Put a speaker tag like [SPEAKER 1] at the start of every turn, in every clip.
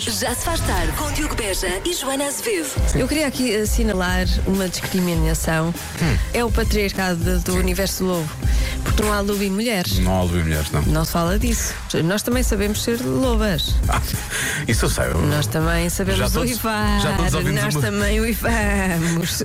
[SPEAKER 1] Já se faz tarde com Diogo Beja e Joana Azevedo.
[SPEAKER 2] Eu queria aqui assinalar uma discriminação.
[SPEAKER 3] Hum.
[SPEAKER 2] É o patriarcado de- do universo lobo. Porque não há lobo e mulheres.
[SPEAKER 3] Não há lobo e mulheres, não.
[SPEAKER 2] Não se fala disso. Nós também sabemos ser lobas.
[SPEAKER 3] Ah, isso eu sei. Eu-
[SPEAKER 2] Nós também sabemos
[SPEAKER 3] Já todos-
[SPEAKER 2] uivar.
[SPEAKER 3] já todos ouvimos
[SPEAKER 2] Nós
[SPEAKER 3] uma-
[SPEAKER 2] também uivamos.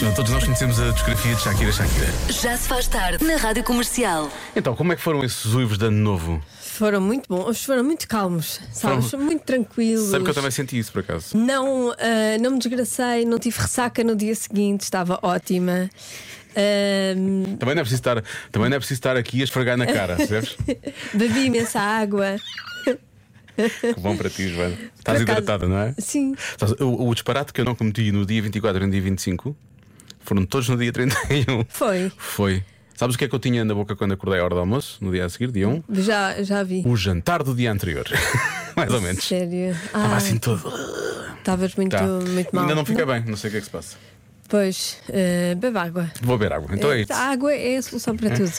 [SPEAKER 3] não, todos nós conhecemos a discografia de Shakira Shakira.
[SPEAKER 1] Já se faz tarde na Rádio Comercial.
[SPEAKER 3] Então, como é que foram esses uivos de ano novo?
[SPEAKER 2] Foram muito bons, foram muito calmos, sabes?
[SPEAKER 3] Foram-
[SPEAKER 2] Muito tranquilos.
[SPEAKER 3] Sabe que eu também senti isso, por acaso.
[SPEAKER 2] Não, ah, não me desgracei, não tive ressaca no dia seguinte, estava ótima. Ah,
[SPEAKER 3] Também não é preciso estar, também não é preciso estar aqui a esfregar na cara, percebes?
[SPEAKER 2] bebi imensa água.
[SPEAKER 3] que bom para ti, Joana. Estás
[SPEAKER 2] Por acaso-
[SPEAKER 3] hidratada, não é?
[SPEAKER 2] Sim.
[SPEAKER 3] Sabes, O, o disparate que eu não cometi no dia 24 e no dia 25 foram todos no dia 31.
[SPEAKER 2] Foi.
[SPEAKER 3] Foi. Sabes o que é que eu tinha na boca quando acordei à hora do almoço, no dia a seguir, dia 1?
[SPEAKER 2] Já, já vi.
[SPEAKER 3] O jantar do dia anterior. Mais ou menos.
[SPEAKER 2] Sério.
[SPEAKER 3] Estava
[SPEAKER 2] Ah,
[SPEAKER 3] assim todo.
[SPEAKER 2] estavas muito,
[SPEAKER 3] Tá.
[SPEAKER 2] muito mal.
[SPEAKER 3] Ainda não fica bem, não sei o que é que se passa.
[SPEAKER 2] Pois, eh, bebe água.
[SPEAKER 3] Vou beber água. Então é isso. Então,
[SPEAKER 2] a água é a solução para tudo.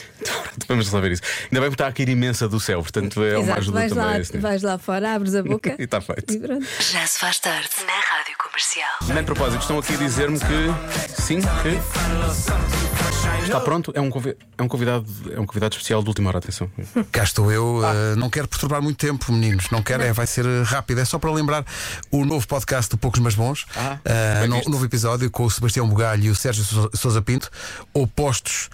[SPEAKER 3] Vamos resolver isso. Ainda bem que está a cair imensa do céu, portanto é uma
[SPEAKER 2] Exato,
[SPEAKER 3] ajuda
[SPEAKER 2] vais
[SPEAKER 3] também.
[SPEAKER 2] lá,
[SPEAKER 3] a esse nível.
[SPEAKER 2] vais lá fora, abres a boca
[SPEAKER 3] E está feito.
[SPEAKER 2] e pronto. Ah,
[SPEAKER 1] Já se faz tarde na Rádio Comercial.
[SPEAKER 3] Nem de propósito, estão aqui a dizer-me que sim, que está pronto. É um, convi- é um convidado, é um convidado especial de última hora, atenção.
[SPEAKER 4] Cá estou eu, eh, não quero perturbar muito tempo, meninos. Não quero, é, vai ser eh, rápido. É só para lembrar o novo podcast do Poucos Mas Bons,
[SPEAKER 3] Ah,
[SPEAKER 4] eh,
[SPEAKER 3] bem
[SPEAKER 4] no-
[SPEAKER 3] visto.
[SPEAKER 4] novo episódio com o Sebastião Bugalho e o Sérgio Sou- Sousa Pinto, opostos,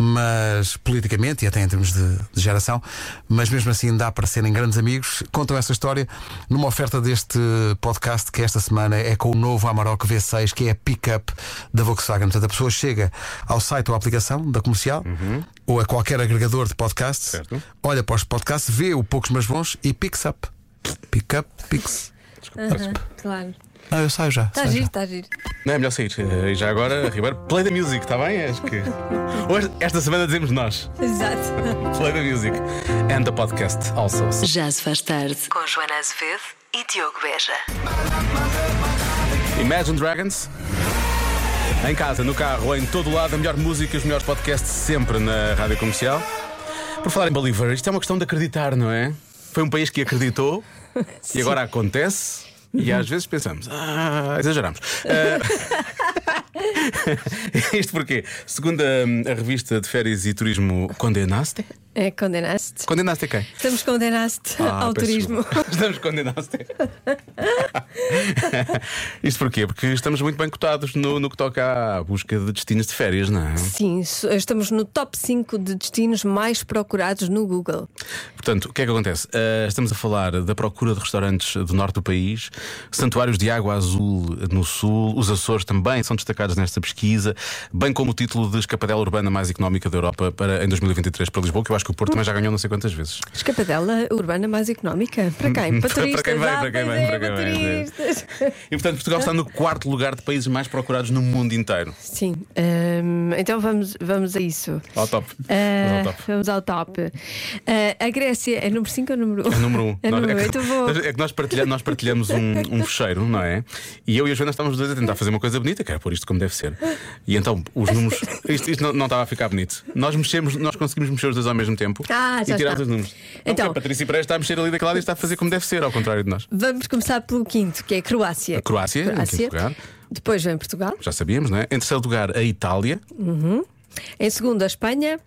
[SPEAKER 4] mas politicamente e até em termos de, de geração, mas mesmo assim dá para serem grandes amigos. Contam essa história numa oferta deste podcast que esta semana é com o novo Amarok V6, que é a pick-up da Volkswagen. Portanto, a pessoa chega ao site ou à aplicação da comercial ou a qualquer agregador de podcasts,
[SPEAKER 3] Uhum. Certo.
[SPEAKER 4] olha para os podcasts, vê o Poucos Mas Bons e picks up. Pick up, picks.
[SPEAKER 2] Aham, claro.
[SPEAKER 4] Ah, eu saio já.
[SPEAKER 2] Está
[SPEAKER 4] saio já.
[SPEAKER 2] Tá giro, está giro.
[SPEAKER 3] Não é melhor sair. Eh, E já agora, Ribeiro, play the music, está bem? Acho que. Hoje, esta semana dizemos nós.
[SPEAKER 2] Exato.
[SPEAKER 3] Play the music. And the podcast also.
[SPEAKER 1] Já se faz tarde com Joana Azevedo e Diogo Beja.
[SPEAKER 3] Imagine Dragons. Em casa, no carro, em todo lado, a melhor música, os melhores podcasts sempre na rádio comercial. Por falar em Believer, isto é uma questão de acreditar, não é? Foi um país que acreditou e agora acontece. E às vezes pensamos, ah, exageramos. Ah, Isto porquê? Segundo a, a revista de férias e turismo Condenaste.
[SPEAKER 2] É, condenaste.
[SPEAKER 3] Condenaste a quem?
[SPEAKER 2] Estamos condenaste
[SPEAKER 3] Ah,
[SPEAKER 2] ao
[SPEAKER 3] peço
[SPEAKER 2] turismo.
[SPEAKER 3] desculpa. Estamos condenados. Isto porquê? Porque estamos muito bem cotados no, no que toca à busca de destinos de férias, não é?
[SPEAKER 2] Sim, so- estamos no top 5 de destinos mais procurados no Google.
[SPEAKER 3] Portanto, o que é que acontece? Ah, estamos a falar da procura de restaurantes do norte do país, santuários de água azul no sul, os Açores também são destacados nesta pesquisa, bem como o título de escapadela urbana mais económica da Europa para, em 2023 para Lisboa, que eu acho que o Porto também já ganhou não sei quantas vezes.
[SPEAKER 2] Escapadela urbana mais económica. Para quem? Para
[SPEAKER 3] Para quem
[SPEAKER 2] turistas.
[SPEAKER 3] vai,
[SPEAKER 2] Ah,
[SPEAKER 3] para quem
[SPEAKER 2] pois
[SPEAKER 3] vai,
[SPEAKER 2] é,
[SPEAKER 3] para quem vai, é.
[SPEAKER 2] turistas.
[SPEAKER 3] E portanto, Portugal está no quarto lugar de países mais procurados no mundo inteiro.
[SPEAKER 2] Sim, hum, então vamos, vamos a isso.
[SPEAKER 3] Ao top.
[SPEAKER 2] Ah,
[SPEAKER 3] Vamos ao top.
[SPEAKER 2] vamos ao top. Ah, a Grécia é número 5 ou número 1?
[SPEAKER 3] É número um.
[SPEAKER 2] É
[SPEAKER 3] Nós-
[SPEAKER 2] número um,
[SPEAKER 3] é, que,
[SPEAKER 2] então vou.
[SPEAKER 3] nós- é que nós partilhamos, nós partilhamos um, um fecheiro, não é? E eu e a Joana estávamos os dois a tentar fazer uma coisa bonita, que era pôr isto como deve ser. E então os números. Isto, isto não, não estava a ficar bonito. Nós mexemos, nós conseguimos mexer os dois ao mesmo tempo
[SPEAKER 2] Ah, já
[SPEAKER 3] e tirar
[SPEAKER 2] está.
[SPEAKER 3] os números.
[SPEAKER 2] Então-
[SPEAKER 3] Então, a Patrícia Pereira está a mexer ali daquela lado e está a fazer como deve ser, ao contrário de nós.
[SPEAKER 2] Vamos começar pelo quinto, que é Croácia.
[SPEAKER 3] A Croácia, em quinto lugar.
[SPEAKER 2] Depois vem Portugal.
[SPEAKER 3] Já sabíamos, não é? Em terceiro lugar, a Itália.
[SPEAKER 2] Em segundo, a Espanha.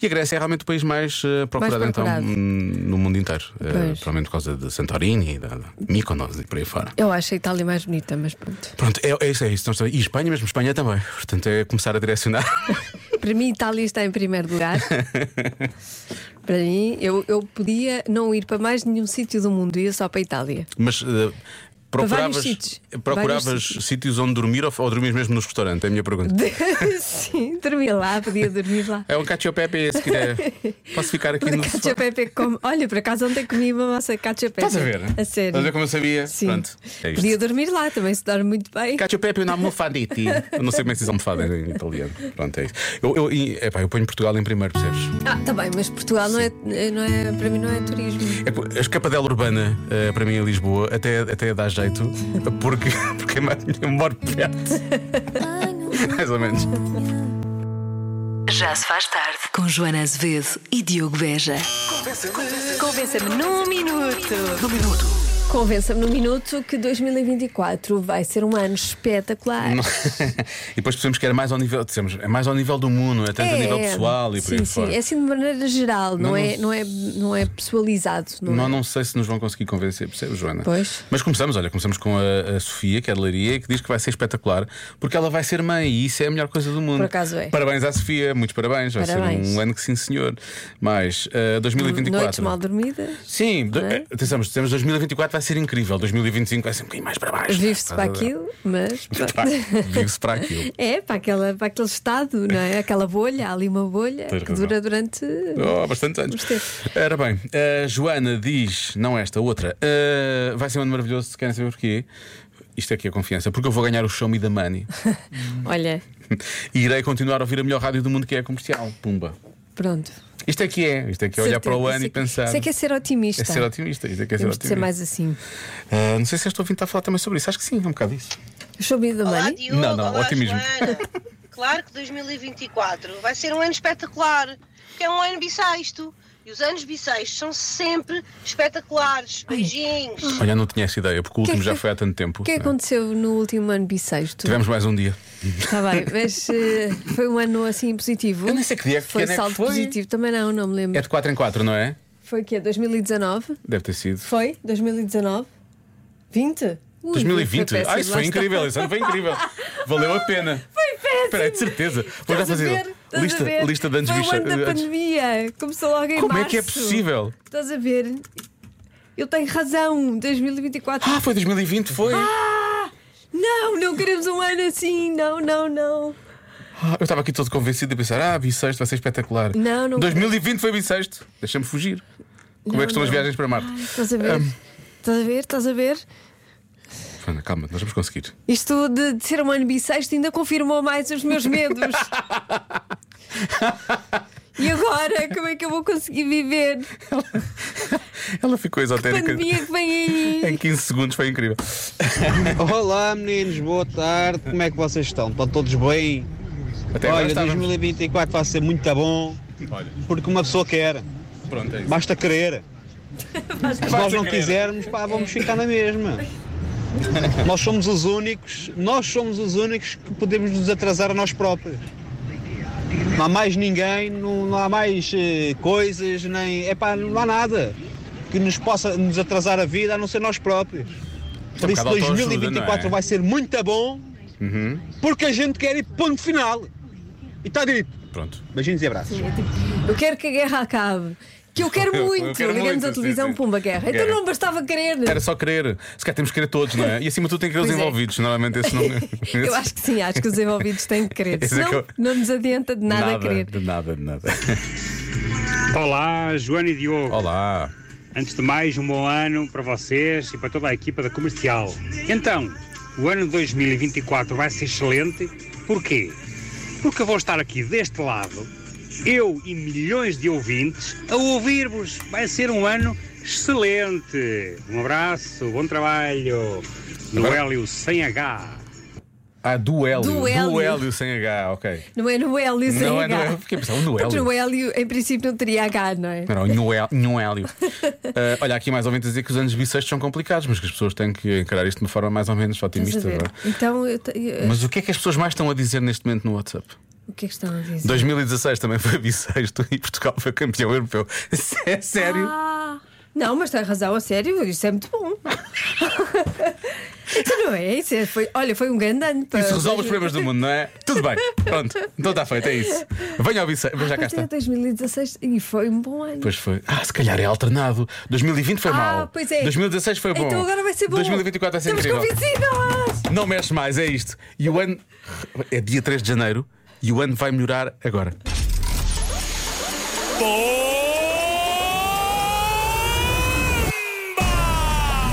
[SPEAKER 3] E a Grécia é realmente o país mais eh, procurado,
[SPEAKER 2] procurado.
[SPEAKER 3] então hum, no mundo inteiro. Eh,
[SPEAKER 2] Pois.
[SPEAKER 3] provavelmente por causa de Santorini, da, da Mykonos e por aí fora.
[SPEAKER 2] Eu acho a Itália mais bonita, mas pronto.
[SPEAKER 3] Pronto, é, é isso, é isso. Nós também- E Espanha mesmo, Espanha também. Portanto, é começar a direcionar.
[SPEAKER 2] Para mim, Itália está em primeiro lugar. para mim, eu, eu podia não ir para mais nenhum sítio do mundo, ia só para a Itália.
[SPEAKER 3] Mas eh,
[SPEAKER 2] vários
[SPEAKER 3] procuravas,
[SPEAKER 2] sítios.
[SPEAKER 3] procuravas
[SPEAKER 2] Vários
[SPEAKER 3] sítios. onde dormir ou, ou dormias mesmo nos restaurantes? É a minha pergunta.
[SPEAKER 2] Sim, dormia lá, podia dormir lá.
[SPEAKER 3] É um cacio-pepe, se quiser. Posso ficar aqui no. sofá?
[SPEAKER 2] Cacio Pepe come. Olha, por acaso ontem comi uma massa Cacio Pepe.
[SPEAKER 3] Estás a ver?
[SPEAKER 2] A
[SPEAKER 3] Estás a ver
[SPEAKER 2] sério.
[SPEAKER 3] como eu sabia?
[SPEAKER 2] Sim.
[SPEAKER 3] Pronto, é
[SPEAKER 2] Podia
[SPEAKER 3] isto.
[SPEAKER 2] dormir lá também, se dorme muito bem.
[SPEAKER 3] Cacio-pepe na almofaditi. Eu não sei como é que se diz almofada em italiano. Pronto, é isso. Eu, eu, e, epá, eu ponho Portugal em primeiro, percebes?
[SPEAKER 2] Ah, tá bem, mas Portugal não é, não é. Para mim não é turismo.
[SPEAKER 3] É que A escapadela urbana, eh, para mim, em Lisboa, até, até dá jeito, porque, porque é mais- eu moro perto. mais ou menos.
[SPEAKER 1] Já se faz tarde com Joana Azevedo e Diogo Beja.
[SPEAKER 2] Convença-me num minuto.
[SPEAKER 1] No minuto.
[SPEAKER 2] Convença-me num minuto que 2024 vai ser um ano espetacular.
[SPEAKER 3] e depois percebemos que era mais ao nível, dissemos, é mais ao nível do mundo, é tanto a nível pessoal e por
[SPEAKER 2] sim,
[SPEAKER 3] aí
[SPEAKER 2] sim.
[SPEAKER 3] fora.
[SPEAKER 2] É assim de maneira geral, não,
[SPEAKER 3] Não,
[SPEAKER 2] é,
[SPEAKER 3] não-
[SPEAKER 2] não, é, não é pessoalizado. Não,
[SPEAKER 3] Não,
[SPEAKER 2] é?
[SPEAKER 3] não sei se nos vão conseguir convencer, percebes, Joana?
[SPEAKER 2] Pois.
[SPEAKER 3] Mas começamos, olha, começamos com a, a Sofia, que é de Leiria, e que diz que vai ser espetacular, porque ela vai ser mãe e isso é a melhor coisa do mundo.
[SPEAKER 2] Por acaso é.
[SPEAKER 3] Parabéns à Sofia, muitos parabéns. Vai
[SPEAKER 2] Parabéns.
[SPEAKER 3] ser um ano que sim, senhor. Mas ah, 2024.
[SPEAKER 2] Noites mal dormidas.
[SPEAKER 3] Sim, do,
[SPEAKER 2] é?
[SPEAKER 3] atenção, dizemos 2024 vai ser incrível, 2025 vai ser um bocadinho mais para baixo.
[SPEAKER 2] Vive-se para aquilo, mas.
[SPEAKER 3] Pá, Vive-se para aquilo.
[SPEAKER 2] É, para, aquela, para aquele estado, não é? Aquela bolha, há ali uma bolha
[SPEAKER 3] Tens
[SPEAKER 2] que
[SPEAKER 3] razão.
[SPEAKER 2] dura durante.
[SPEAKER 3] Oh, há bastantes anos.
[SPEAKER 2] Vamos ter.
[SPEAKER 3] Ora bem, a Joana diz, não esta, outra, eh, vai ser um ano maravilhoso, se querem saber porquê. Isto aqui é confiança, porque eu vou ganhar o show me da money
[SPEAKER 2] Olha,
[SPEAKER 3] e irei continuar a ouvir a melhor rádio do mundo que é a comercial. Pumba.
[SPEAKER 2] pronto.
[SPEAKER 3] Isto é que é, isto é que é olhar
[SPEAKER 2] Certeza,
[SPEAKER 3] para o ano
[SPEAKER 2] isso
[SPEAKER 3] e
[SPEAKER 2] é que-
[SPEAKER 3] pensar.
[SPEAKER 2] Isso é que é ser otimista.
[SPEAKER 3] É ser otimista, isto é que é ser
[SPEAKER 2] Temos de
[SPEAKER 3] otimista.
[SPEAKER 2] ser mais assim.
[SPEAKER 3] Eh, não sei se estou a ouvinte a falar também sobre isso, acho que sim, é um bocado isso.
[SPEAKER 2] O show me da
[SPEAKER 5] Olá,
[SPEAKER 2] money.
[SPEAKER 5] Diogo.
[SPEAKER 3] Não, não,
[SPEAKER 5] Olá,
[SPEAKER 3] otimismo.
[SPEAKER 5] Joana. Claro que 2024 vai ser um ano espetacular, porque é um ano bissexto. E os anos bissextos são sempre espetaculares. Beijinhos.
[SPEAKER 3] Olha, não tinha essa ideia, porque o
[SPEAKER 2] Que é
[SPEAKER 3] último já
[SPEAKER 2] que-
[SPEAKER 3] foi há tanto tempo.
[SPEAKER 2] O que é que
[SPEAKER 3] não é?
[SPEAKER 2] aconteceu no último ano bissexto?
[SPEAKER 3] Tivemos mais um dia.
[SPEAKER 2] Está bem, mas eh, foi um ano assim positivo.
[SPEAKER 3] Eu nem sei que dia é que-
[SPEAKER 2] foi.
[SPEAKER 3] que ano é que
[SPEAKER 2] saldo
[SPEAKER 3] foi.
[SPEAKER 2] positivo, também não, não me lembro.
[SPEAKER 3] É de 4 em 4, não é?
[SPEAKER 2] Foi o quê? 2019?
[SPEAKER 3] Deve ter sido.
[SPEAKER 2] Foi? 2019? 20? Ui, foi
[SPEAKER 3] 2020.
[SPEAKER 2] péssimo,
[SPEAKER 3] ah, isso
[SPEAKER 2] lá
[SPEAKER 3] foi
[SPEAKER 2] está.
[SPEAKER 3] incrível, isso foi incrível. Valeu a pena.
[SPEAKER 2] Foi péssimo.
[SPEAKER 3] Espera aí, de certeza. Vou já
[SPEAKER 2] Estás a ver?
[SPEAKER 3] fazer
[SPEAKER 2] Estás a
[SPEAKER 3] lista,
[SPEAKER 2] ver?
[SPEAKER 3] lista de anos
[SPEAKER 2] Foi o ano da
[SPEAKER 3] bichos.
[SPEAKER 2] pandemia. Começou logo em
[SPEAKER 3] Como
[SPEAKER 2] março.
[SPEAKER 3] é que é possível?
[SPEAKER 2] Estás a ver? Eu tenho razão. 2024.
[SPEAKER 3] Ah, foi 2020, foi.
[SPEAKER 2] Ah. Não, não queremos um ano assim. Não, não, não.
[SPEAKER 3] Ah, eu estava aqui todo convencido de pensar: ah, bissexto vai ser espetacular.
[SPEAKER 2] Não, não-
[SPEAKER 3] 2020 foi bissexto. Deixa-me fugir. Como é
[SPEAKER 2] Não,
[SPEAKER 3] que estão as
[SPEAKER 2] não.
[SPEAKER 3] viagens para Marte?
[SPEAKER 2] Estás a ver?
[SPEAKER 3] Hum.
[SPEAKER 2] Estás a ver? Estás a ver?
[SPEAKER 3] Fernanda, calma, nós vamos conseguir.
[SPEAKER 2] Isto de, de ser um ano bissexto ainda confirmou mais os meus medos. E agora, como é que eu vou conseguir viver?
[SPEAKER 3] Ela ficou esotérica.
[SPEAKER 2] Pandemia que vem aí.
[SPEAKER 3] Em 15 segundos foi incrível.
[SPEAKER 6] Olá meninos, boa tarde, como é que vocês estão? Estão todos bem?
[SPEAKER 3] Até agora
[SPEAKER 6] Olha,
[SPEAKER 3] estávamos.
[SPEAKER 6] 2024 vai ser muito bom,
[SPEAKER 3] Olha,
[SPEAKER 6] porque uma pessoa quer,
[SPEAKER 3] pronto, é isso.
[SPEAKER 6] basta querer. Se nós
[SPEAKER 3] Basta
[SPEAKER 6] não
[SPEAKER 3] querer.
[SPEAKER 6] quisermos, pá, vamos ficar na mesma. Nós somos os únicos, nós somos os únicos que podemos nos atrasar a nós próprios. Não há mais ninguém, não, não há mais eh, coisas, nem. É pá, não há nada que nos possa nos atrasar a vida a não ser nós próprios.
[SPEAKER 3] Isto é um
[SPEAKER 6] Por isso,
[SPEAKER 3] bocado autoajuda,
[SPEAKER 6] 2024
[SPEAKER 3] não é?
[SPEAKER 6] vai ser muito bom,
[SPEAKER 3] Uhum.
[SPEAKER 6] porque a gente quer ir ponto final. E está dito.
[SPEAKER 3] Pronto.
[SPEAKER 6] Beijinhos e abraços.
[SPEAKER 2] Eu quero que a guerra acabe. Que eu quero
[SPEAKER 3] Eu
[SPEAKER 2] muito.
[SPEAKER 3] quero
[SPEAKER 2] Ligamos
[SPEAKER 3] muito,
[SPEAKER 2] a
[SPEAKER 3] sim,
[SPEAKER 2] televisão,
[SPEAKER 3] sim.
[SPEAKER 2] pumba guerra. Então
[SPEAKER 3] Guerra.
[SPEAKER 2] não bastava querer.
[SPEAKER 3] Era só querer. Se calhar temos que querer todos, não é? E acima de tudo tem que querer os
[SPEAKER 2] Pois é.
[SPEAKER 3] envolvidos. Normalmente esse não.
[SPEAKER 2] Eu acho que sim, acho que os envolvidos têm que querer.
[SPEAKER 3] Esse é
[SPEAKER 2] Senão,
[SPEAKER 3] que eu-
[SPEAKER 2] não nos adianta de nada, querer.
[SPEAKER 3] De nada, de nada.
[SPEAKER 7] Olá, Joana e Diogo.
[SPEAKER 3] Olá.
[SPEAKER 7] Antes de mais, um bom ano para vocês e para toda a equipa da comercial. Então, o ano 2024 vai ser excelente. Porquê? Porque eu vou estar aqui deste lado, eu e milhões de ouvintes, a ouvir-vos. Vai ser um ano excelente. Um abraço, bom trabalho. No
[SPEAKER 3] Agora-
[SPEAKER 7] Hélio sem H.
[SPEAKER 3] Ah, do Hélio.
[SPEAKER 2] Do Hélio.
[SPEAKER 3] Do Hélio sem H, ok.
[SPEAKER 2] Não é no Hélio sem
[SPEAKER 3] Não é
[SPEAKER 2] H.
[SPEAKER 3] no Hélio, fiquei a pensar, o Noélio.
[SPEAKER 2] Porque no Hélio, em princípio, não teria H, não é?
[SPEAKER 3] Não, não, Noel- Noélio. Ah, olha, aqui mais ou menos dizer que os anos bissextos são complicados, mas que as pessoas têm que encarar isto de uma forma mais ou menos
[SPEAKER 2] Estás a
[SPEAKER 3] otimista.
[SPEAKER 2] ver?
[SPEAKER 3] vá.
[SPEAKER 2] Então, eu te- eu-
[SPEAKER 3] Mas o que é que as pessoas mais estão a dizer neste momento no WhatsApp?
[SPEAKER 2] o que é que estão a dizer?
[SPEAKER 3] 2016 também foi bissexto e Portugal foi campeão europeu. É sério?
[SPEAKER 2] Ah, não, mas tem razão, a sério, isso é muito bom. isso não é? Isso é- foi, olha, foi um grande ano para.
[SPEAKER 3] Isso resolve os problemas do mundo, não é? Tudo bem, pronto, então está feito, é isso. Venha ao bissexto, já
[SPEAKER 2] Até
[SPEAKER 3] cá está.
[SPEAKER 2] 2016 e foi um bom ano.
[SPEAKER 3] Pois foi. Ah, se calhar é alternado. 2020 foi
[SPEAKER 2] Ah,
[SPEAKER 3] mau.
[SPEAKER 2] pois é.
[SPEAKER 3] 2016 foi bom.
[SPEAKER 2] Então agora vai ser bom.
[SPEAKER 3] 2024 vai ser
[SPEAKER 2] Estamos
[SPEAKER 3] incrível.
[SPEAKER 2] convencidas!
[SPEAKER 3] Não mexe mais, é isto. E o ano. É dia 3 de janeiro e o ano vai melhorar agora.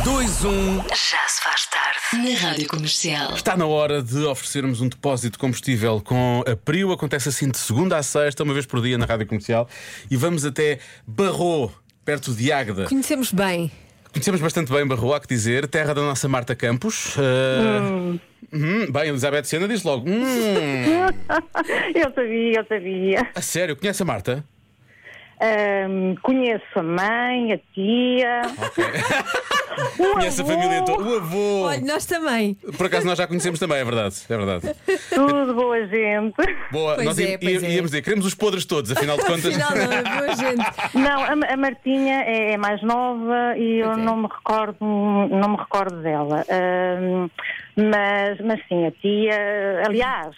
[SPEAKER 3] Dois, um.
[SPEAKER 1] Já se faz tarde. Na Rádio Comercial.
[SPEAKER 3] Está na hora de oferecermos um depósito de combustível com a Prio. Acontece assim de segunda a sexta, uma vez por dia na rádio comercial. E vamos até Barro, perto de Águeda.
[SPEAKER 2] Conhecemos bem.
[SPEAKER 3] Conhecemos bastante bem Barro, há que dizer, terra da nossa Marta Campos. Uh, hum, bem, Elizabeth Sena diz logo: hum,
[SPEAKER 8] Eu sabia, eu sabia.
[SPEAKER 3] a sério, conhece a Marta?
[SPEAKER 8] Ahm, conheço a mãe, a tia. o
[SPEAKER 3] Conhece a
[SPEAKER 8] avô,
[SPEAKER 3] família toda. O avô.
[SPEAKER 2] Olha, nós também.
[SPEAKER 3] Por acaso nós já conhecemos também, é verdade. É verdade.
[SPEAKER 8] Tudo boa gente.
[SPEAKER 3] Boa,
[SPEAKER 2] Pois
[SPEAKER 3] nós
[SPEAKER 2] é,
[SPEAKER 3] ia-
[SPEAKER 2] pois
[SPEAKER 3] ia-
[SPEAKER 2] é.
[SPEAKER 3] íamos dizer, queremos os podres todos, afinal de contas.
[SPEAKER 2] Afinal, não é boa gente.
[SPEAKER 8] Não, a, Ma- a Martinha é, é mais nova e eu
[SPEAKER 2] Pois é.
[SPEAKER 8] não me recordo, não me recordo dela. Ahm, mas, mas sim, a tia, aliás,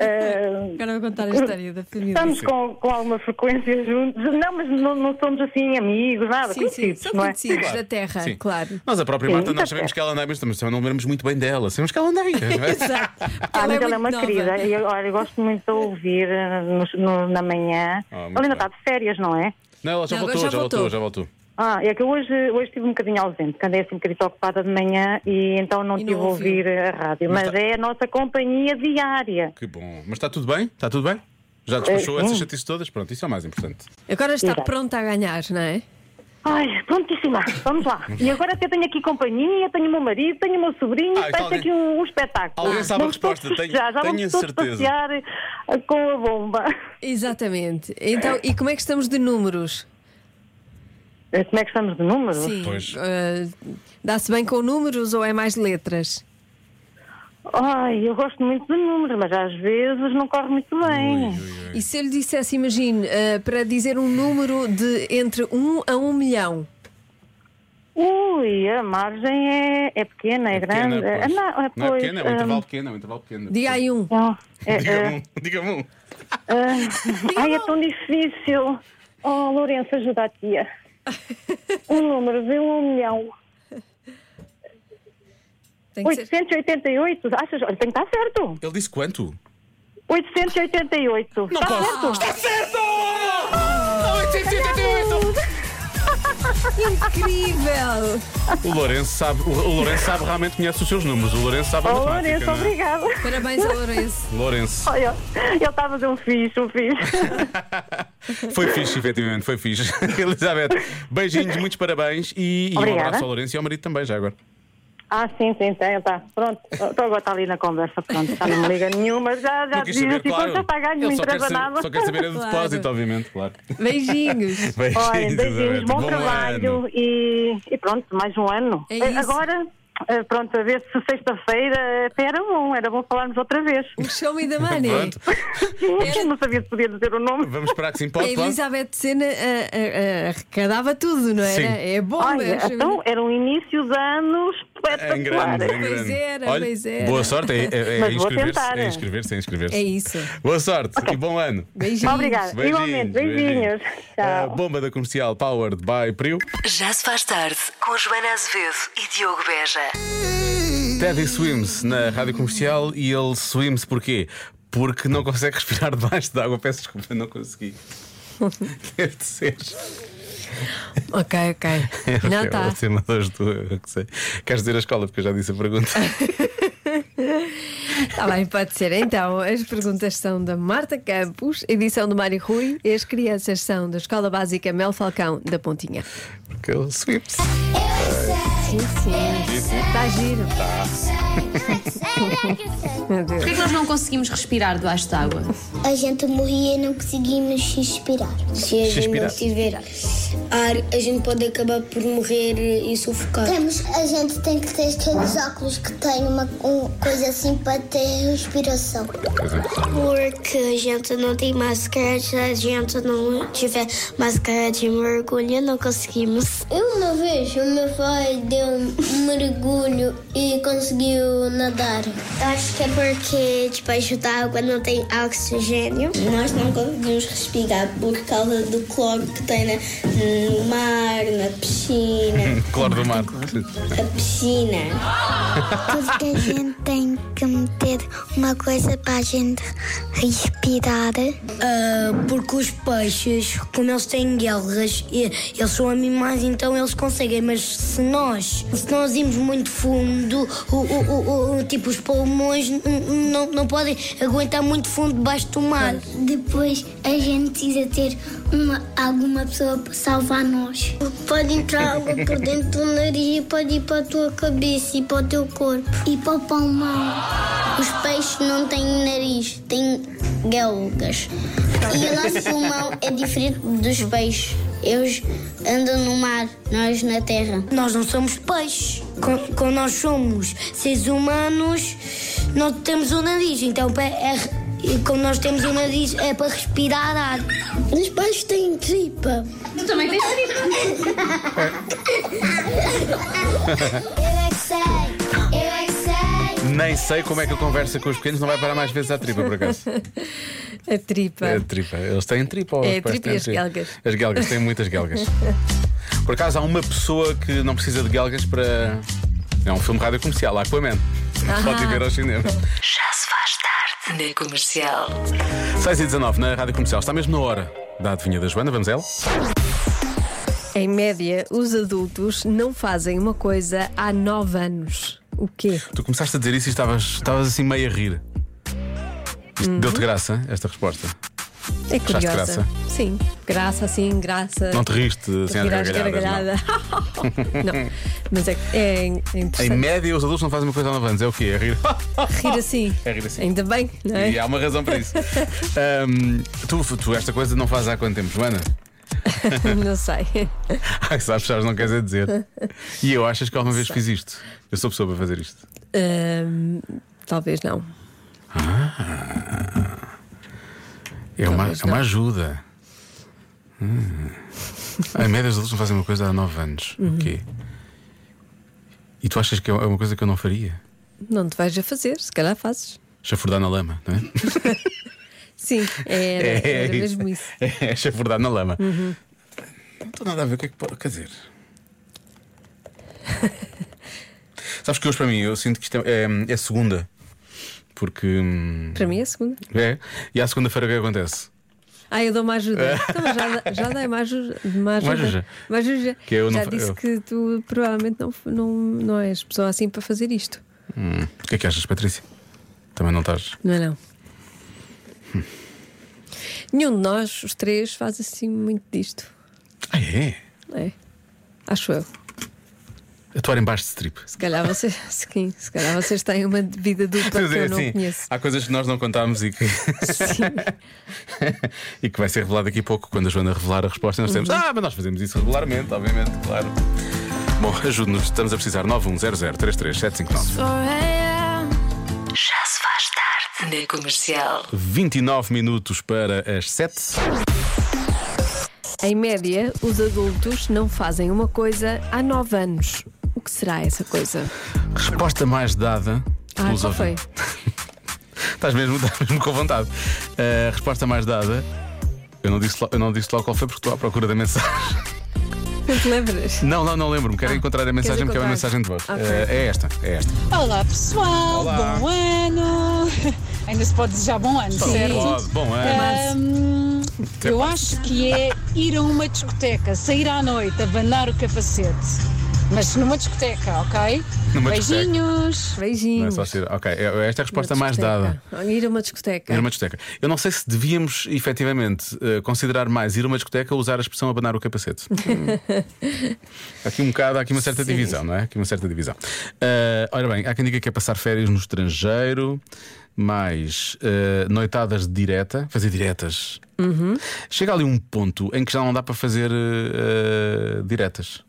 [SPEAKER 8] ahm,
[SPEAKER 2] Agora vou contar a história da família.
[SPEAKER 8] estamos com, com alguma frequência juntos. Não, mas não, não somos assim amigos, nada,
[SPEAKER 2] Sim, sim,
[SPEAKER 8] conhecidos,
[SPEAKER 2] são
[SPEAKER 8] não é?
[SPEAKER 2] conhecidos
[SPEAKER 3] Claro.
[SPEAKER 2] da terra,
[SPEAKER 3] Sim.
[SPEAKER 2] claro.
[SPEAKER 3] Nós, a própria
[SPEAKER 8] Sim,
[SPEAKER 3] Marta, nós
[SPEAKER 8] tá
[SPEAKER 3] sabemos
[SPEAKER 8] certo.
[SPEAKER 3] que ela anda, mas também não lembramos muito bem dela. Sabemos que ela anda aí. não é?
[SPEAKER 2] Exato. Porque
[SPEAKER 8] Ah, mas
[SPEAKER 2] muito
[SPEAKER 8] ela é uma
[SPEAKER 2] nova.
[SPEAKER 8] querida. E Eu, olha, eu gosto muito de a ouvir eh, no- no- na manhã.
[SPEAKER 3] Ah, muito
[SPEAKER 8] ela ainda
[SPEAKER 3] bem.
[SPEAKER 8] está de férias, não é?
[SPEAKER 3] Não, ela já
[SPEAKER 2] Não,
[SPEAKER 3] voltou,
[SPEAKER 2] agora
[SPEAKER 3] já
[SPEAKER 2] já
[SPEAKER 3] voltou,
[SPEAKER 2] voltou.
[SPEAKER 3] já voltou.
[SPEAKER 8] Ah, é que eu hoje, hoje estive um bocadinho ausente, que andei assim um bocadinho ocupada de manhã e então não
[SPEAKER 2] E não
[SPEAKER 8] tive a
[SPEAKER 2] ouviu.
[SPEAKER 8] ouvir a rádio. Mas,
[SPEAKER 3] tá-
[SPEAKER 8] é a nossa companhia diária.
[SPEAKER 3] Que bom. Mas está tudo bem? Está tudo bem? Já despachou
[SPEAKER 8] Eh, sim.
[SPEAKER 3] essas chatices todas? Pronto, isso é o mais importante.
[SPEAKER 2] Agora está
[SPEAKER 8] Exato.
[SPEAKER 2] pronta a ganhar, não é?
[SPEAKER 8] Ai, prontíssima, vamos lá. E agora até tenho aqui companhia, tenho o meu marido, tenho o meu sobrinho,
[SPEAKER 3] Ah, então
[SPEAKER 8] parece
[SPEAKER 3] alguém-
[SPEAKER 8] aqui um, um espetáculo.
[SPEAKER 3] Alguém sabe a
[SPEAKER 8] Vamos todos
[SPEAKER 3] resposta, tenho-
[SPEAKER 8] festejar, já
[SPEAKER 3] tenho
[SPEAKER 8] vamos todos
[SPEAKER 3] certeza.
[SPEAKER 8] passear eh, com a bomba.
[SPEAKER 2] Exatamente. Então, e como é que estamos de números?
[SPEAKER 8] Eh, Como é que estamos de número?
[SPEAKER 3] Pois.
[SPEAKER 2] eh, Dá-se bem com números ou é mais letras?
[SPEAKER 8] Ai, eu gosto muito de números, mas às vezes não corre muito bem.
[SPEAKER 2] E se eu lhe dissesse, imagine, eh, para dizer um número de entre 1 a 1 milhão?
[SPEAKER 8] Ui, a margem é, é pequena, é, grande.
[SPEAKER 3] Pequena,
[SPEAKER 8] Ah,
[SPEAKER 3] pois.
[SPEAKER 8] não, é,
[SPEAKER 3] não é
[SPEAKER 8] pois,
[SPEAKER 3] pequeno, é um
[SPEAKER 8] ah,
[SPEAKER 3] intervalo pequeno, é um intervalo pequeno.
[SPEAKER 2] Diga aí um.
[SPEAKER 8] não, é, é,
[SPEAKER 3] Diga-me um. Diga-me um.
[SPEAKER 8] ah, ai, é tão difícil. Oh, Lourenço, ajuda a tia. Um número de um milhão.
[SPEAKER 2] Tem que ser.
[SPEAKER 8] 888, achas? Olha, tem que estar certo.
[SPEAKER 3] Ele disse quanto?
[SPEAKER 8] 888. está certo?
[SPEAKER 3] certo! 888!
[SPEAKER 2] Incrível!
[SPEAKER 3] O Lourenço sabe, o, o Lourenço sabe realmente conhece os seus números. O Lourenço sabe a
[SPEAKER 8] Oh,
[SPEAKER 3] matemática.
[SPEAKER 8] Lourenço,
[SPEAKER 3] não é?
[SPEAKER 8] obrigado.
[SPEAKER 2] Parabéns ao Lourenço.
[SPEAKER 3] Lourenço.
[SPEAKER 8] Olha, ele está a fazer um fixe, um fixe.
[SPEAKER 3] Foi fixe, efetivamente, foi fixe. Elizabeth, beijinhos, muitos parabéns e, e um
[SPEAKER 8] Obrigada.
[SPEAKER 3] abraço ao Lourenço e ao marido também, já agora.
[SPEAKER 8] Ah, sim, sim, tem, tá. Pronto, estou agora está ali na conversa, pronto, já não me liga nenhuma, já, já
[SPEAKER 3] Não
[SPEAKER 8] diz
[SPEAKER 3] quis saber,
[SPEAKER 8] assim,
[SPEAKER 3] claro.
[SPEAKER 8] claro. já está ganho, não
[SPEAKER 3] Ele só quer
[SPEAKER 8] interessa
[SPEAKER 3] saber,
[SPEAKER 8] nada.
[SPEAKER 3] só quer saber é do
[SPEAKER 2] Claro.
[SPEAKER 3] depósito, obviamente, claro.
[SPEAKER 2] Beijinhos.
[SPEAKER 3] Beijinhos,
[SPEAKER 8] Olha, beijinhos,
[SPEAKER 3] Elizabeth.
[SPEAKER 8] bom,
[SPEAKER 3] ano.
[SPEAKER 8] trabalho e, e pronto, mais um ano.
[SPEAKER 2] É
[SPEAKER 8] Eh,
[SPEAKER 2] isso.
[SPEAKER 8] Agora, eh, pronto, a ver se sexta-feira até era bom, era bom falarmos outra vez.
[SPEAKER 2] O show me da money.
[SPEAKER 3] Pronto,
[SPEAKER 8] Sim, eu não sabia se podia dizer o nome.
[SPEAKER 3] vamos esperar que se
[SPEAKER 2] A
[SPEAKER 3] importe. claro.
[SPEAKER 2] Elizabeth Sena ah, ah, ah, arrecadava tudo, não era?
[SPEAKER 3] Sim.
[SPEAKER 2] É bom,
[SPEAKER 8] Olha,
[SPEAKER 2] mas-
[SPEAKER 8] então era um início de anos
[SPEAKER 3] É Em grande, em
[SPEAKER 8] espetacular.
[SPEAKER 3] grande.
[SPEAKER 2] Pois era,
[SPEAKER 3] Olha,
[SPEAKER 2] pois era.
[SPEAKER 3] Boa sorte, é, é, é
[SPEAKER 8] Mas vou
[SPEAKER 3] inscrever-se.
[SPEAKER 8] tentar.
[SPEAKER 3] É inscrever-se, é inscrever-se.
[SPEAKER 2] É isso.
[SPEAKER 3] Boa sorte e bom ano.
[SPEAKER 2] Beijinhos.
[SPEAKER 8] Obrigada, igualmente, beijinhos.
[SPEAKER 3] A
[SPEAKER 8] Tchau.
[SPEAKER 3] bomba da comercial Powered by Priu.
[SPEAKER 1] Já se faz tarde com Joana Azevedo e Diogo Beja.
[SPEAKER 3] Teddy swims na rádio comercial e ele swims porquê? Porque não consegue respirar debaixo de água. Peço desculpa, não consegui. Deve de ser.
[SPEAKER 2] Ok, ok. Não tá.
[SPEAKER 3] É
[SPEAKER 2] está.
[SPEAKER 3] o tema das duas, eu que sei. Queres dizer a escola? Porque eu já disse a pergunta.
[SPEAKER 2] Está Tá bem, pode ser. Então, as perguntas são da Marta Campos, edição do Mário Rui, e as crianças são da Escola Básica Mel Falcão, da Pontinha.
[SPEAKER 3] Porque ele swims.
[SPEAKER 2] Sim, sim. Está Tá giro.
[SPEAKER 3] Tá.
[SPEAKER 2] Meu Deus.
[SPEAKER 9] Porquê é que nós não conseguimos respirar debaixo d'água?
[SPEAKER 10] A gente morria e não conseguimos respirar. Se a gente
[SPEAKER 3] Respirar.
[SPEAKER 10] não tiver ar, a gente pode acabar por morrer e sufocar. Temos, a gente tem que ter aqueles óculos que têm uma coisa assim para ter respiração. Porque a gente não tem máscara, se a gente não tiver máscara de mergulho, não conseguimos. Eu uma vez, o meu pai deu um mergulho e conseguiu nadar. Acho que é porque, tipo, ajuda a água não tem oxigênio. Nós não conseguimos respirar por causa do cloro que tem no mar, na piscina.
[SPEAKER 3] Cloro do mar.
[SPEAKER 10] A piscina. Porque a gente tem que meter uma coisa para a gente respirar. porque os peixes, como eles têm guelras, e- eles são animais, então eles conseguem. Mas se nós, se nós irmos muito fundo, o, o- o- o- tipo, os pulmões n- n- não, não podem aguentar muito fundo debaixo do mar. Depois a gente precisa ter alguma pessoa para salvar nós. Pode entrar água por dentro do nariz e pode ir para a tua cabeça e para o teu corpo e para o pulmão. Os peixes não têm nariz, têm galgas. E o nosso pulmão é diferente dos peixes. Eles andam no mar, nós na terra. Nós não somos peixes. Quando nós somos seres humanos, não temos o nariz. Então, quando nós temos o nariz, é para respirar ar. Os peixes têm tripa.
[SPEAKER 9] Tu também tens
[SPEAKER 10] Eu é que sei, eu é que sei.
[SPEAKER 3] Nem sei como é que a conversa com os pequenos não vai parar mais vezes à tripa, por acaso.
[SPEAKER 2] A tripa.
[SPEAKER 3] É tripa. Eles têm tripa. ou
[SPEAKER 2] É,
[SPEAKER 3] os pais
[SPEAKER 2] tripa e
[SPEAKER 3] têm
[SPEAKER 2] as guelgas.
[SPEAKER 3] As galgas, têm muitas galgas. Por acaso, há uma pessoa que não precisa de galgas para. É um filme rádio comercial, Aquaman. Pode ir ver aos cinemas.
[SPEAKER 1] Já se faz tarde na comercial.
[SPEAKER 3] 6 e 19 na rádio comercial. Está mesmo na hora da adivinha da Joana. Vamos a ela? É.
[SPEAKER 2] Em média, os adultos não fazem uma coisa há nove anos. O quê?
[SPEAKER 3] Tu começaste a dizer isso e estavas, estavas assim meio a rir. Isto
[SPEAKER 2] Uhum.
[SPEAKER 3] Deu-te graça, esta resposta?
[SPEAKER 2] É curiosa.
[SPEAKER 3] graça?
[SPEAKER 2] Sim, graça, sim, graça.
[SPEAKER 3] Não te riste assim às
[SPEAKER 2] Rir às
[SPEAKER 3] gargalhadas? não?
[SPEAKER 2] gargalhadas. não, mas é, é
[SPEAKER 3] Em
[SPEAKER 2] interessante
[SPEAKER 3] média, os adultos não fazem uma coisa há 9 anos. É o quê? É rir.
[SPEAKER 2] rir assim.
[SPEAKER 3] É rir assim.
[SPEAKER 2] Ainda bem, não é?
[SPEAKER 3] E há uma razão para isso. Ahm, tu, tu, esta coisa não fazes há quanto tempo, Joana?
[SPEAKER 2] não sei.
[SPEAKER 3] Ai, sabes, sabes, não queres é dizer. E eu achas que alguma vez fiz isto? Eu sou pessoa para fazer isto.
[SPEAKER 2] Ahm, talvez não.
[SPEAKER 3] É uma,
[SPEAKER 2] Talvez
[SPEAKER 3] é uma
[SPEAKER 2] não.
[SPEAKER 3] ajuda. Hum. Em média, os adultos não fazem uma coisa há 9 anos. O quê? E tu achas que é uma coisa que eu não faria?
[SPEAKER 2] Não te vais a fazer, se calhar fazes.
[SPEAKER 3] Chafurdar na lama, não é?
[SPEAKER 2] Sim, era, era mesmo isso.
[SPEAKER 3] É chafurdar na lama. Não estou nada a ver o que é que pode. Quer dizer. Sabes que hoje para mim eu sinto que isto é, é- é segunda. Porque. hum,
[SPEAKER 2] Para mim é a segunda.
[SPEAKER 3] É. E à segunda-feira o que acontece?
[SPEAKER 2] Ah, eu dou uma ajuda. Então, mas já, já dei uma ajuda. Uma ajuda.
[SPEAKER 3] ajuda.
[SPEAKER 2] Uma ajuda.
[SPEAKER 3] Que eu não
[SPEAKER 2] já
[SPEAKER 3] fa-
[SPEAKER 2] disse
[SPEAKER 3] eu-
[SPEAKER 2] que tu provavelmente não, não, não és pessoa assim para fazer isto.
[SPEAKER 3] Hum, O que é que achas, Patrícia? Também não estás.
[SPEAKER 2] Não é não? Nenhum de nós, os três, faz assim muito disto.
[SPEAKER 3] Ah, é?
[SPEAKER 2] É. Acho eu.
[SPEAKER 3] Atuar em baixo de strip.
[SPEAKER 2] Se calhar vocês, sim, se calhar vocês têm uma vida dupla que eu não
[SPEAKER 3] é, Sim,
[SPEAKER 2] conheço.
[SPEAKER 3] há coisas que nós não contámos e que, e que vai ser revelado daqui a pouco. Quando a Joana revelar a resposta, nós temos. Ah, mas nós fazemos isso regularmente, obviamente, claro. Bom, ajude-nos, estamos a precisar. 910033759.
[SPEAKER 1] Já se faz tarde na comercial.
[SPEAKER 3] 29 minutos para as 7.
[SPEAKER 2] Em média, os adultos não fazem uma coisa há nove anos. O que será essa coisa?
[SPEAKER 3] Resposta mais dada
[SPEAKER 2] Ah,
[SPEAKER 3] pelos
[SPEAKER 2] qual foi?
[SPEAKER 3] ouvintes. Estás mesmo, estás mesmo com vontade. A resposta mais dada. Eu não, disse, lo- eu não disse logo qual foi porque estou à procura da mensagem.
[SPEAKER 2] Não te lembras?
[SPEAKER 3] Não, não, não lembro-me. Quero encontrar a mensagem porque é uma
[SPEAKER 2] Ah, encontrar?
[SPEAKER 3] mensagem de voz.
[SPEAKER 2] Ok.
[SPEAKER 3] Eh, é esta, é esta.
[SPEAKER 11] Olá pessoal,
[SPEAKER 3] Olá.
[SPEAKER 11] bom ano! Ainda se pode desejar bom ano, certo?
[SPEAKER 3] Pode, bom é. ano.
[SPEAKER 11] Hum, eu acho que é ir a uma discoteca, sair à noite, abanar o capacete. Mas numa discoteca, ok?
[SPEAKER 3] Numa discoteca.
[SPEAKER 11] Beijinhos!
[SPEAKER 3] Não é
[SPEAKER 2] Beijinhos.
[SPEAKER 3] só ser. Ok, é- esta é a
[SPEAKER 2] Uma
[SPEAKER 3] resposta mais
[SPEAKER 2] discoteca.
[SPEAKER 3] dada.
[SPEAKER 2] Ir a uma discoteca.
[SPEAKER 3] Ir a uma discoteca. Eu não sei se devíamos, efetivamente, eh, considerar mais ir a uma discoteca ou usar a expressão abanar o capacete. Hum. Há aqui um bocado, há aqui uma certa
[SPEAKER 2] Sim.
[SPEAKER 3] divisão, não é? Há Aqui uma certa divisão. Eh, ora bem, há quem diga que é passar férias no estrangeiro, mais eh, noitadas de direta, fazer diretas.
[SPEAKER 2] Uhum.
[SPEAKER 3] Chega ali um ponto em que já não dá para fazer eh, eh, diretas.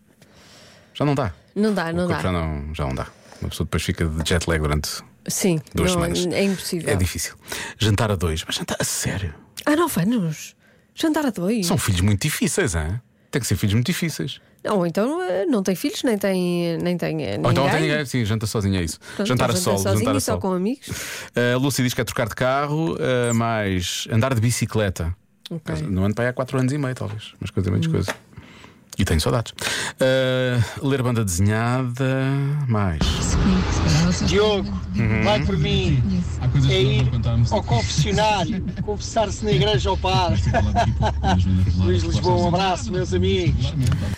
[SPEAKER 3] Já não dá.
[SPEAKER 2] Não dá,
[SPEAKER 3] o
[SPEAKER 2] não dá.
[SPEAKER 3] corpo já não, já não dá. Uma pessoa depois fica de jet lag durante
[SPEAKER 2] Sim,
[SPEAKER 3] duas
[SPEAKER 2] não,
[SPEAKER 3] semanas.
[SPEAKER 2] é impossível.
[SPEAKER 3] É difícil. Jantar a dois, mas jantar a sério.
[SPEAKER 2] Há nove anos? Jantar a dois?
[SPEAKER 3] São filhos muito difíceis, hein? Tem que ser filhos muito difíceis.
[SPEAKER 2] Ou então eh, não tem filhos, nem tem. Nem tem eh, ninguém.
[SPEAKER 3] Ou então não tem ninguém, sim, janta sozinho, é isso.
[SPEAKER 2] Pronto,
[SPEAKER 3] jantar a
[SPEAKER 2] janta
[SPEAKER 3] solo,
[SPEAKER 2] sozinho
[SPEAKER 3] jantar a
[SPEAKER 2] e só
[SPEAKER 3] solo.
[SPEAKER 2] com amigos.
[SPEAKER 3] A Lúcia diz que é trocar de carro, ah, mais andar de bicicleta.
[SPEAKER 2] Ok. Hum.
[SPEAKER 3] No ano para aí há 4 anos e meio, talvez. Mas coisa menos coisa. E tenho saudades. Ah, ler banda desenhada, mais.
[SPEAKER 6] Diogo, vai por mim. É ir ao confessionário, confessar-se na igreja ao padre. Luís Lisboa, um abraço, meus amigos.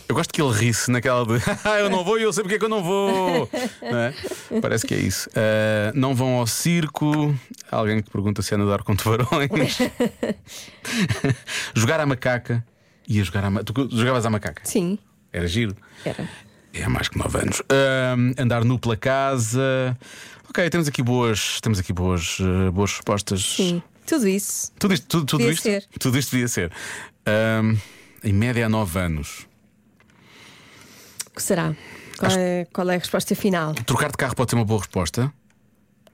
[SPEAKER 3] Eu gosto que ele risse naquela de "Ah, eu não vou e eu sei porque é que eu não vou. Não é? Parece que é isso. Ah, não vão ao circo. Há Alguém que pergunta se é nadar com tubarões. jogar à macaca. Ia jogar à macaca. Tu jogavas à macaca?
[SPEAKER 2] Sim,
[SPEAKER 3] Era giro.
[SPEAKER 2] era.
[SPEAKER 3] É mais que 9 anos. Ahm, andar nu pela casa. Ok, temos aqui boas, temos aqui boas, eh, boas respostas.
[SPEAKER 2] Sim, tudo isso.
[SPEAKER 3] Tudo isto, tudo, tudo
[SPEAKER 2] Devia
[SPEAKER 3] isto,
[SPEAKER 2] ser.
[SPEAKER 3] tudo isto devia ser. Ahm, em média há 9 anos.
[SPEAKER 2] O que será? Qual é, qual é a resposta final?
[SPEAKER 3] Trocar de carro pode ser uma boa resposta.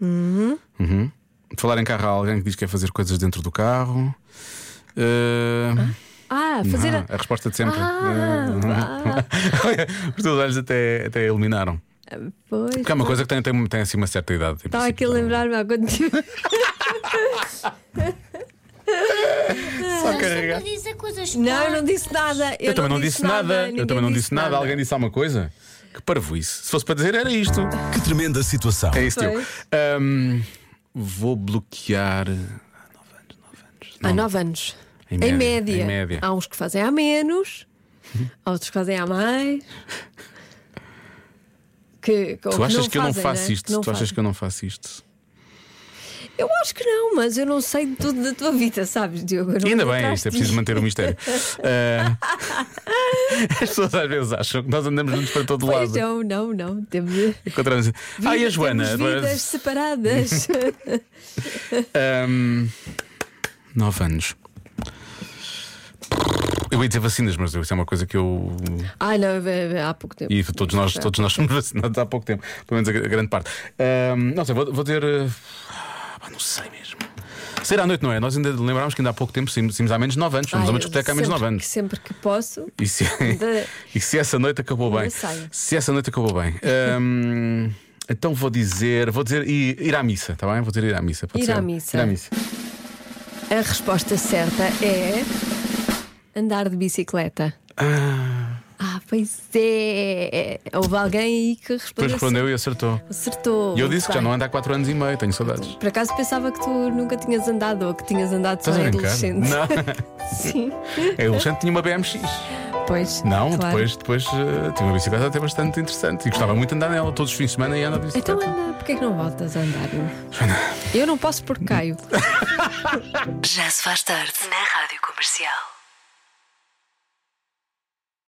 [SPEAKER 2] Uhum.
[SPEAKER 3] Uhum. Falar em carro há alguém que diz que quer fazer coisas dentro do carro. Ah,
[SPEAKER 2] Ah, fazer
[SPEAKER 3] não,
[SPEAKER 2] a-
[SPEAKER 3] a... resposta de sempre.
[SPEAKER 2] Ah,
[SPEAKER 3] Ah. Os teus olhos até, até iluminaram.
[SPEAKER 2] Pois.
[SPEAKER 3] Porque é uma coisa que tem, tem, tem assim uma certa idade. em
[SPEAKER 2] Estava aqui a lembrar-me há quanto tempo.
[SPEAKER 3] Só carregar.
[SPEAKER 2] Não, eu não disse nada.
[SPEAKER 3] Eu, também não disse, nada. Eu
[SPEAKER 2] ninguém
[SPEAKER 3] também não
[SPEAKER 2] disse
[SPEAKER 3] disse nada. Alguém disse alguma coisa? Que parvoíce. Se fosse para dizer, era isto. Que tremenda situação. É isso, tio.
[SPEAKER 2] Pois.
[SPEAKER 3] Ahm, vou bloquear.
[SPEAKER 2] Há nove anos.
[SPEAKER 3] Em
[SPEAKER 2] Em
[SPEAKER 3] média,
[SPEAKER 2] média.
[SPEAKER 3] em média.
[SPEAKER 2] Há uns que fazem a menos, há outros que fazem a mais. Que, que- ou
[SPEAKER 3] tu achas que, eu não
[SPEAKER 2] fazem,
[SPEAKER 3] faço
[SPEAKER 2] é?
[SPEAKER 3] isto? tu achas
[SPEAKER 2] fazem.
[SPEAKER 3] que eu não faço isto?
[SPEAKER 2] Eu acho que não, mas eu não sei de tudo da tua vida, sabes, Diogo? Eu não
[SPEAKER 3] E ainda
[SPEAKER 2] vou
[SPEAKER 3] bem,
[SPEAKER 2] atrás
[SPEAKER 3] isto é
[SPEAKER 2] de
[SPEAKER 3] preciso
[SPEAKER 2] ti.
[SPEAKER 3] manter o mistério. Ah, as pessoas às vezes acham que nós andamos juntos para todo
[SPEAKER 2] Pois não,
[SPEAKER 3] lado.
[SPEAKER 2] não, não. Temos.
[SPEAKER 3] Encontramos. Ah, e a
[SPEAKER 2] Vida-
[SPEAKER 3] Joana?
[SPEAKER 2] temos
[SPEAKER 3] Agora-
[SPEAKER 2] vidas separadas.
[SPEAKER 3] Ahm, Nove anos. Eu ia dizer vacinas, mas isso é uma coisa que eu.
[SPEAKER 2] Ai, não, é- é- há pouco tempo.
[SPEAKER 3] E todos nós, todos nós somos vacinados há pouco tempo, pelo menos a gra- grande parte. Ahm, não sei, vou, vou ter. eh, pá, não sei mesmo. Sair à noite, não é? Nós ainda lembrámos que ainda há pouco tempo saímos saímos há menos de 9 anos, fomos
[SPEAKER 2] Ai,
[SPEAKER 3] a uma discoteca há menos de
[SPEAKER 2] sempre
[SPEAKER 3] 9
[SPEAKER 2] que-
[SPEAKER 3] anos.
[SPEAKER 2] Sempre que posso.
[SPEAKER 3] E se,
[SPEAKER 2] De-
[SPEAKER 3] e se essa noite acabou
[SPEAKER 2] Ainda
[SPEAKER 3] bem?
[SPEAKER 2] saio.
[SPEAKER 3] Se essa noite acabou bem. Ahm, então vou dizer, vou dizer ir, ir à missa, está bem? Vou dizer ir à missa. pode
[SPEAKER 2] Ir
[SPEAKER 3] ser?
[SPEAKER 2] à missa.
[SPEAKER 3] Ir à missa.
[SPEAKER 2] A resposta certa é andar de bicicleta.
[SPEAKER 3] Ah,
[SPEAKER 2] Ah, pois é. Houve alguém aí que respondeu.
[SPEAKER 3] depois respondeu e acertou.
[SPEAKER 2] Acertou.
[SPEAKER 3] E eu disse que já
[SPEAKER 2] Bem,
[SPEAKER 3] não ando há 4 anos e meio, tenho saudades.
[SPEAKER 2] Por acaso pensava que tu nunca tinhas andado ou que tinhas andado só
[SPEAKER 3] Estás a
[SPEAKER 2] em
[SPEAKER 3] brincar?
[SPEAKER 2] adolescente.
[SPEAKER 3] Não.
[SPEAKER 2] Sim.
[SPEAKER 3] É adolescente tinha uma BMX.
[SPEAKER 2] Pois.
[SPEAKER 3] Não,
[SPEAKER 2] claro. Ah.
[SPEAKER 3] depois, depois eh, tinha uma bicicleta até bastante interessante e gostava muito de andar nela todos os fins de semana e andar de bicicleta.
[SPEAKER 2] Então anda, porquê é que não voltas a andar? Eu não posso porque caio.
[SPEAKER 1] Já se faz tarde na Rádio Comercial.